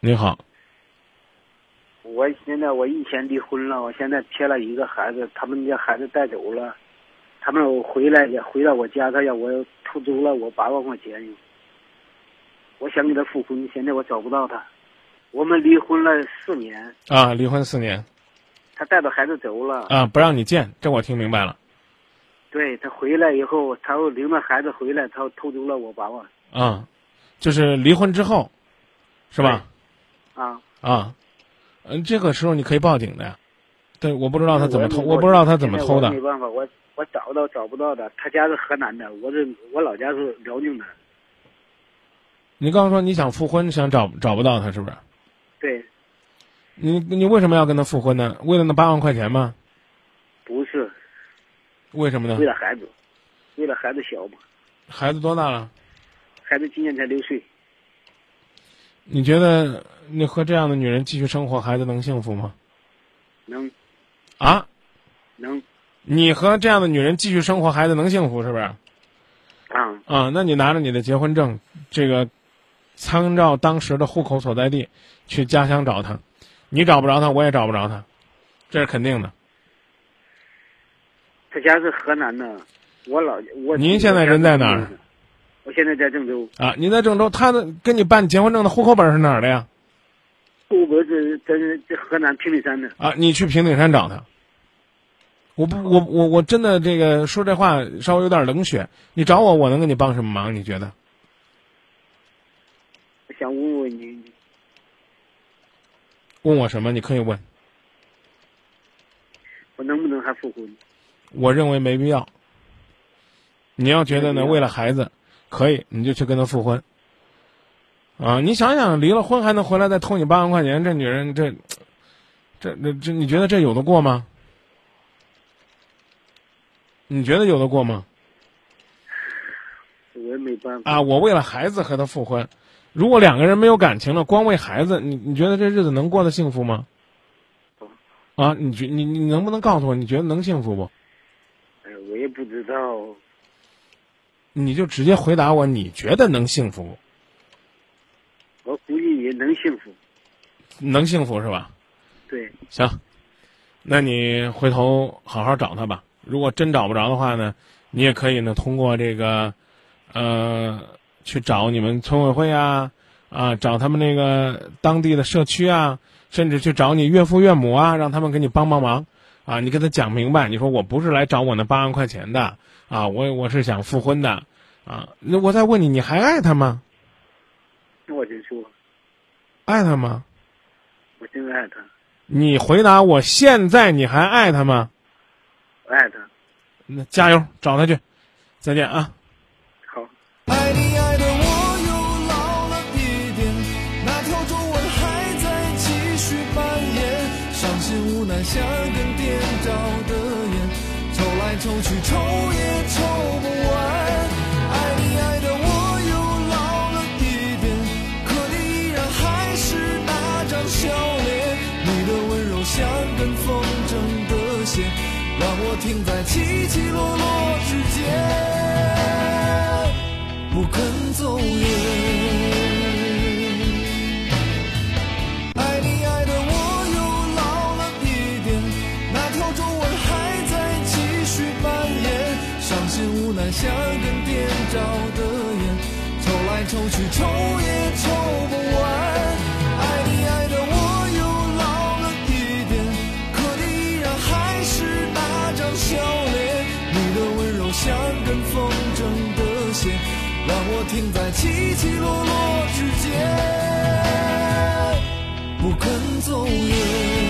你好，我现在我以前离婚了，我现在撇了一个孩子，他们家孩子带走了，他们我回来也回到我家，他要我出租了我八万块钱，我想给他复婚，现在我找不到他，我们离婚了四年，啊，离婚四年他带着孩子走了，啊，不让你见，这我听明白了对他回来以后，他又领着孩子回来，他又偷走了我八万啊，就是离婚之后，是吧？啊，啊，嗯，这个时候你可以报警的呀。对，我不知道他怎么偷，我我不知道他怎么偷的现在我没办法，我我找到找不到的，他家是河南的，我是我老家是辽宁的，你刚说你想复婚，想找找不到他，是不是？对，你你为什么要跟他复婚呢？为了那八万块钱吗？不是为什么呢为？了孩子，为了孩子小嘛，孩子多大了？孩子今年才六岁，你觉得你和这样的女人继续生活，孩子能幸福吗？能啊，能你和这样的女人继续生活，孩子能幸福是不是？啊，啊，那你拿着你的结婚证，这个参照当时的户口所在地去家乡找他，你找不着他，我也找不着他，这是肯定的。他家是河南的，我老我您现在人在哪儿？我现在在郑州，啊，您在郑州，他的跟你办结婚证的户口本是哪儿的呀？户口是在在河南平顶山的，啊，你去平顶山找他。我不，我我我真的这个说这话稍微有点冷血。你找我，我能给你帮什么忙？你觉得？我想问问你，问我什么？你可以问。我能不能还复婚？我认为没必要。你要觉得呢，没必要为了孩子，可以你就去跟他复婚。啊，你想想，离了婚还能回来再偷你八万块钱，这女人这，这这这，你觉得这有得过吗？你觉得有得过吗？我也没办法，啊，我为了孩子和他复婚，如果两个人没有感情了，光为孩子，你你觉得这日子能过得幸福吗？啊，你觉你你能不能告诉我，你觉得能幸福不？哎，我也不知道。你就直接回答我，你觉得能幸福不？我估计也能幸福。能幸福是吧？对，行，那你回头好好找他吧。如果真找不着的话呢，你也可以呢通过这个，呃，去找你们村委会啊，啊，找他们那个当地的社区啊，甚至去找你岳父岳母啊，让他们给你帮帮忙啊。你跟他讲明白，你说我不是来找我那八万块钱的啊，我我是想复婚的啊。那我再问你，你还爱他吗？那我真说，爱他吗？我真爱他，你回答我，现在你还爱他吗？我爱他。那嗯加油，找他去。再见啊。好。爱你爱的我又老了一点，那条皱纹还在继续蔓延，伤心无奈像根颠倒的烟，抽来抽去抽也抽不完。爱你爱的我又老了一点，可你依然还是那张笑脸，你的温柔像跟风筝的线，让我停在起起落落之间。不肯走远。爱你爱的我又老了一点，那条皱纹还在继续蔓延，伤心无奈像根颠倒的烟，抽来抽去抽也抽不完。爱你爱的我又老了一点，可你依然还是那张笑脸，你的温柔像根风筝的线，让我停在起起落落之间，不肯走远。